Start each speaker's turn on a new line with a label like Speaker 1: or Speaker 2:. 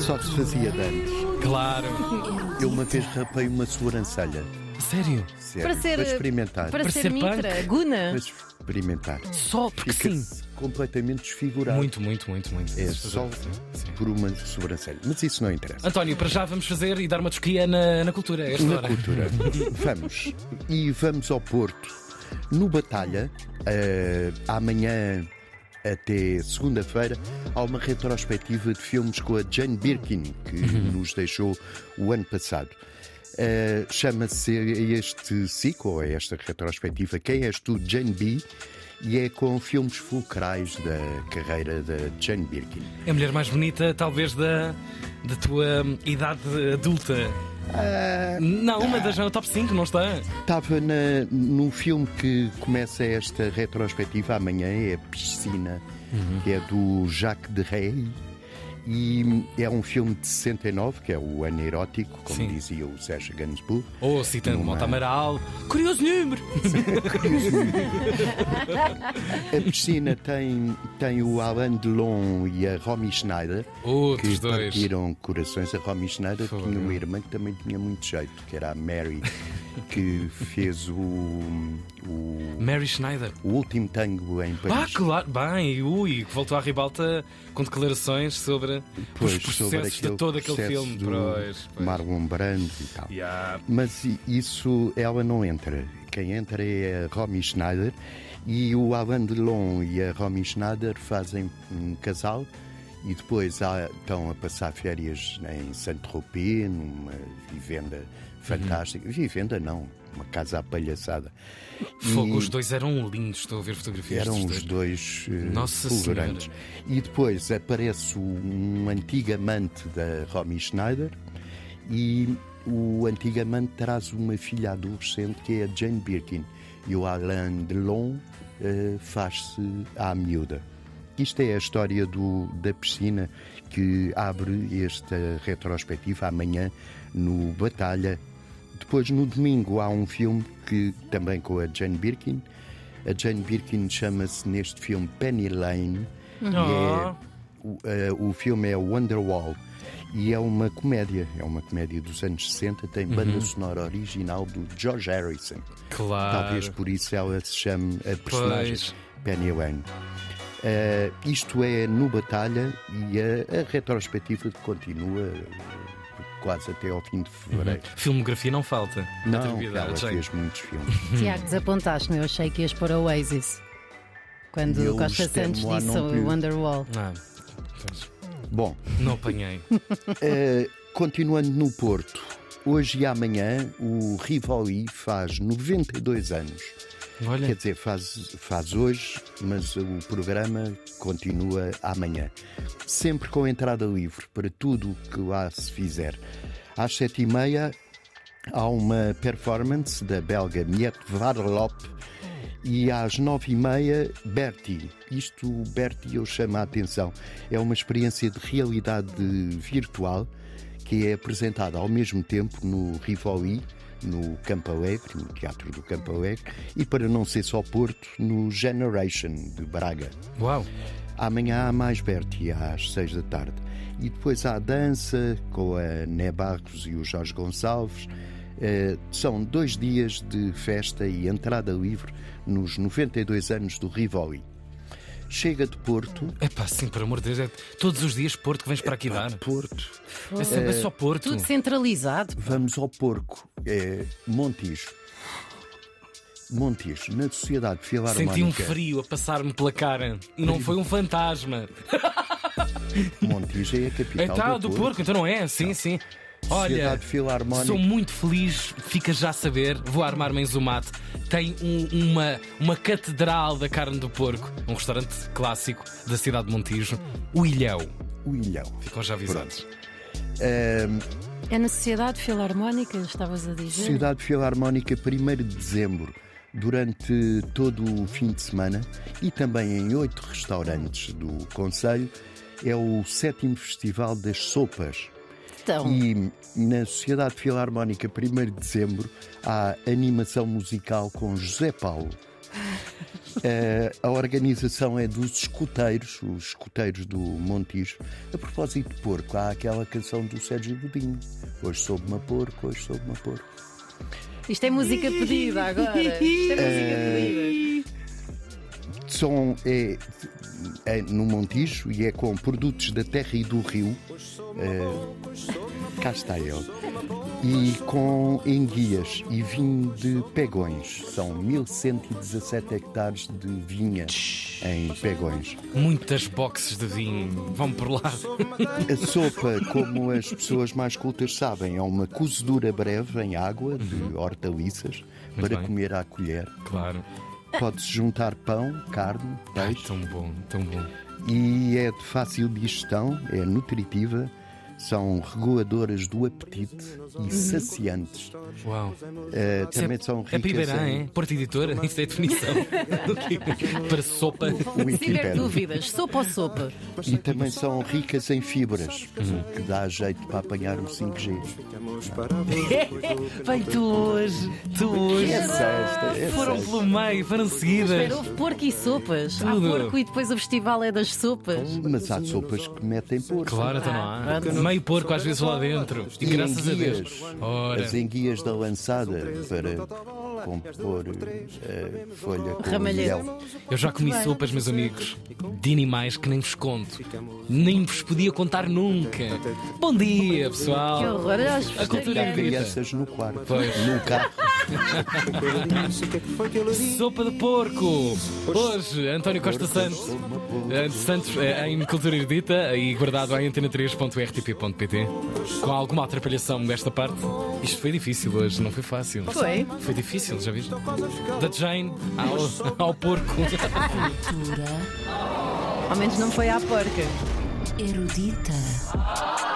Speaker 1: só se fazia de antes.
Speaker 2: Claro.
Speaker 1: Eu uma vez rapei uma sobrancelha.
Speaker 2: Sério?
Speaker 1: Sério,
Speaker 3: Para ser-
Speaker 1: experimentar.
Speaker 3: Para
Speaker 2: eh, Para
Speaker 3: ser
Speaker 2: ser
Speaker 3: mitra,
Speaker 2: punk.
Speaker 3: guna.
Speaker 1: Para experimentar.
Speaker 2: Só porque sim.
Speaker 1: Fica-se completamente desfigurado
Speaker 2: Muito, muito, muito, muito.
Speaker 1: É,
Speaker 2: Sim,
Speaker 1: só-
Speaker 2: sim.
Speaker 1: por uma sobrancelha. Mas isso não interessa.
Speaker 2: António, para já vamos fazer e dar uma tosquia na, na cultura a esta
Speaker 1: Na
Speaker 2: hora.
Speaker 1: cultura. vamos. E vamos ao Porto. No Batalha, eh, amanhã até segunda-feira, há uma retrospectiva de filmes com a Jane Birkin, que nos deixou o ano passado. Eh, Chama-se este ciclo, ou é esta retrospectiva, Quem és tu, Jane B? E é com filmes fulcrais da carreira da Jane Birkin.
Speaker 2: É a mulher mais bonita, talvez, da, da tua hum, idade adulta. Não, uma das não, top 5, não está?
Speaker 1: Estava na- num filme que começa esta retrospectiva amanhã, é Piscina,
Speaker 2: Uhum.
Speaker 1: que é do Jacques de Rey. E é um filme de 69, que é o ano erótico, como
Speaker 2: Sim.
Speaker 1: dizia o Sérgio Gainsbourg.
Speaker 2: Ou citando
Speaker 1: Não é.
Speaker 2: Monte Amaral. Curioso número!
Speaker 1: A Piscina tem, tem o Alain Delon e a Romy Schneider,
Speaker 2: Outros
Speaker 1: que
Speaker 2: dois.
Speaker 1: partiram corações. A Romy Schneider
Speaker 2: Fogo.
Speaker 1: tinha uma irmã que também tinha muito jeito, que era a Mary, que fez o, o,
Speaker 2: Mary Schneider.
Speaker 1: o último tango em Paris.
Speaker 2: Ah, claro, bem, ui, que voltou à ribalta com declarações sobre os processos
Speaker 1: sobre
Speaker 2: de todo aquele
Speaker 1: processo
Speaker 2: filme.
Speaker 1: do
Speaker 2: Pois, pois.
Speaker 1: Marlon Brando e tal.
Speaker 2: Yeah.
Speaker 1: Mas i- isso ela não entra. Quem entra é a Romy Schneider e o Alain Delon e a Romy Schneider fazem um casal e depois há- estão a passar férias em Saint-Tropez, numa vivenda fantástica.
Speaker 2: Uhum.
Speaker 1: Vivenda não, uma casa apalhaçada.
Speaker 2: Fogo,
Speaker 1: E-
Speaker 2: os dois eram lindos, estou a ver fotografias
Speaker 1: eram
Speaker 2: dos
Speaker 1: os dois eh,
Speaker 2: Nossa
Speaker 1: fulgurantes.
Speaker 2: Senhora.
Speaker 1: E depois aparece o- um antigo amante da Romy Schneider e o antigo amante traz uma filha adolescente que é a Jane Birkin. E o Alain Delon eh, faz-se à miúda. Isto é a história do- da piscina que abre esta retrospectiva amanhã no Batalha. Depois, no domingo, há um filme que também com a Jane Birkin. A Jane Birkin chama-se neste filme Penny Lane. E é- o, eh, o filme é Wonderwall e é uma comédia. É uma comédia dos anos 60, tem
Speaker 2: Uhum.
Speaker 1: banda sonora original do George Harrison.
Speaker 2: Claro.
Speaker 1: Talvez por isso ela se chame a personagem
Speaker 2: Pois.
Speaker 1: Penny Lane. Eh, isto é no Batalha e a, a retrospectiva continua eh, quase até ao fim de fevereiro.
Speaker 2: Filmografia Uhum. não falta.
Speaker 1: Não, é que ela
Speaker 2: Atividade, já. é
Speaker 1: fez muitos filmes.
Speaker 3: Tiago, desapontaste-me. Eu achei que ias pôr a Oasis. Quando
Speaker 1: Eu
Speaker 3: Costa
Speaker 1: estemo
Speaker 3: Santos
Speaker 1: lá
Speaker 3: disse
Speaker 1: num
Speaker 3: o
Speaker 1: período.
Speaker 3: Wonderwall.
Speaker 2: Ah, pois,
Speaker 1: Bom,
Speaker 2: não apanhei.
Speaker 1: Uh, continuando no Porto, hoje e amanhã o Rivoli faz 92 anos. Quer
Speaker 2: Olha,
Speaker 1: dizer, faz, faz hoje, mas o programa continua amanhã. Sempre com entrada livre para tudo o que lá se fizer. Às sete e meia há uma performance da belga Miette Varlop e às nove e meia Berti. Isto, Berti, eu chamo a atenção. É uma experiência de realidade virtual que é apresentada ao mesmo tempo no Rivoli, no Campo Alegre, no Teatro do Campo Alegre, e para não ser só Porto, no Generation de Braga.
Speaker 2: uau.
Speaker 1: Amanhã há mais Berti, às seis da tarde. E depois há a dança com a Né Barros e o Jorge Gonçalves. Eh, são dois dias de festa e entrada livre nos 92 anos do Rivoli. Chega de Porto.
Speaker 2: É pá, sim, por amor de Deus. É todos os dias Porto que vens para aqui dar.
Speaker 1: Porto.
Speaker 2: É sempre só Porto.
Speaker 3: Tudo centralizado.
Speaker 1: Vamos ao porco. É Montijo. Montijo, na Sociedade Filarmónica.
Speaker 2: Senti um frio a passar-me pela cara. Não foi um fantasma.
Speaker 1: Montijo é a capital
Speaker 2: Então,
Speaker 1: do,
Speaker 2: do
Speaker 1: Porto.
Speaker 2: porco, então não é? Sim, sim. Olha,
Speaker 1: Sociedade Filarmónica.
Speaker 2: sou muito feliz, fica já a saber. Vou armar-me em Zumate. Tem um- uma, uma catedral da carne do porco, um restaurante clássico da cidade de Montijo, o Ilhão.
Speaker 1: O Ilhão.
Speaker 2: Ficam já avisados.
Speaker 3: É na Sociedade Filarmónica, estavas a dizer?
Speaker 1: Sociedade Filarmónica, 1 de dezembro, durante todo o fim de semana e também em oito restaurantes do Conselho, é o sétimo Festival das Sopas.
Speaker 3: Então,
Speaker 1: E na Sociedade Filarmónica, 1 de dezembro, há animação musical com José Paulo. Eh, a organização é dos escuteiros, os escuteiros do Montijo. A propósito de porco, há aquela canção do Sérgio Godinho. Hoje soube uma porco, hoje soube uma porco.
Speaker 3: Isto é música pedida agora. Isto é música pedida.
Speaker 1: São, é, é no Montijo e é com produtos da terra e do rio. Eh, cá está ele. E com enguias e vinho de pegões. São 1117 hectares de vinha em pegões.
Speaker 2: Muitas boxes de vinho vão por lá.
Speaker 1: A sopa, como as pessoas mais cultas sabem, é uma cozedura breve em água de hortaliças para
Speaker 2: Uhum. bem.
Speaker 1: comer à colher.
Speaker 2: Claro.
Speaker 1: Pode-se juntar pão, carne,
Speaker 2: Ai,
Speaker 1: peixe
Speaker 2: tão bom, tão bom.
Speaker 1: e é de fácil digestão, é nutritiva, são reguladoras do apetite e saciantes.
Speaker 2: Uau.
Speaker 1: Eh, também são assim.
Speaker 2: É
Speaker 1: ricas
Speaker 2: Pibeirã,
Speaker 1: em
Speaker 2: hein? Porto Editora, isso é a definição. Para sopa.
Speaker 3: Se tiver
Speaker 1: Wikipédia.
Speaker 3: dúvidas, sopa ou sopa.
Speaker 1: E também são ricas em fibras,
Speaker 2: Uhum.
Speaker 1: que dá jeito para apanhar o 5G.
Speaker 2: Bem, tu hoje, tu hoje.
Speaker 1: É sexta, é
Speaker 2: Foram
Speaker 1: sexta.
Speaker 2: pelo meio, foram seguidas.
Speaker 3: Espera, houve porco e sopas. Há
Speaker 2: Tudo.
Speaker 3: porco e depois o festival é das sopas.
Speaker 1: Mas há sopas que metem porco.
Speaker 2: Claro, então
Speaker 3: Ah,
Speaker 2: não há. Meio porco às vezes lá dentro. E
Speaker 1: E
Speaker 2: graças a Deus.
Speaker 1: enguias.
Speaker 2: Ora,
Speaker 3: Assim.
Speaker 1: As enguias da lançada para compor eh, folha com
Speaker 3: Ramalhete.
Speaker 1: mel.
Speaker 2: eu já comi sopas, meus amigos, de animais que nem vos conto. Nem vos podia contar nunca. Bom dia, pessoal.
Speaker 3: Que horror, olha as
Speaker 2: A cultura é
Speaker 3: vegetarianas.
Speaker 2: bonita.
Speaker 1: Crianças no quarto,
Speaker 2: Pois.
Speaker 1: no carro.
Speaker 2: Sopa de porco! Hoje, António Costa Santos. eh, Santos eh, em Cultura Erudita e guardado em antena3.rtp.pt. Com alguma atrapalhação desta parte. Isto foi difícil hoje, não foi fácil.
Speaker 3: Foi.
Speaker 2: Foi difícil, já viste? Da Jane ao, ao porco.
Speaker 4: Cultura
Speaker 3: Ao menos não foi à porca.
Speaker 4: erudita.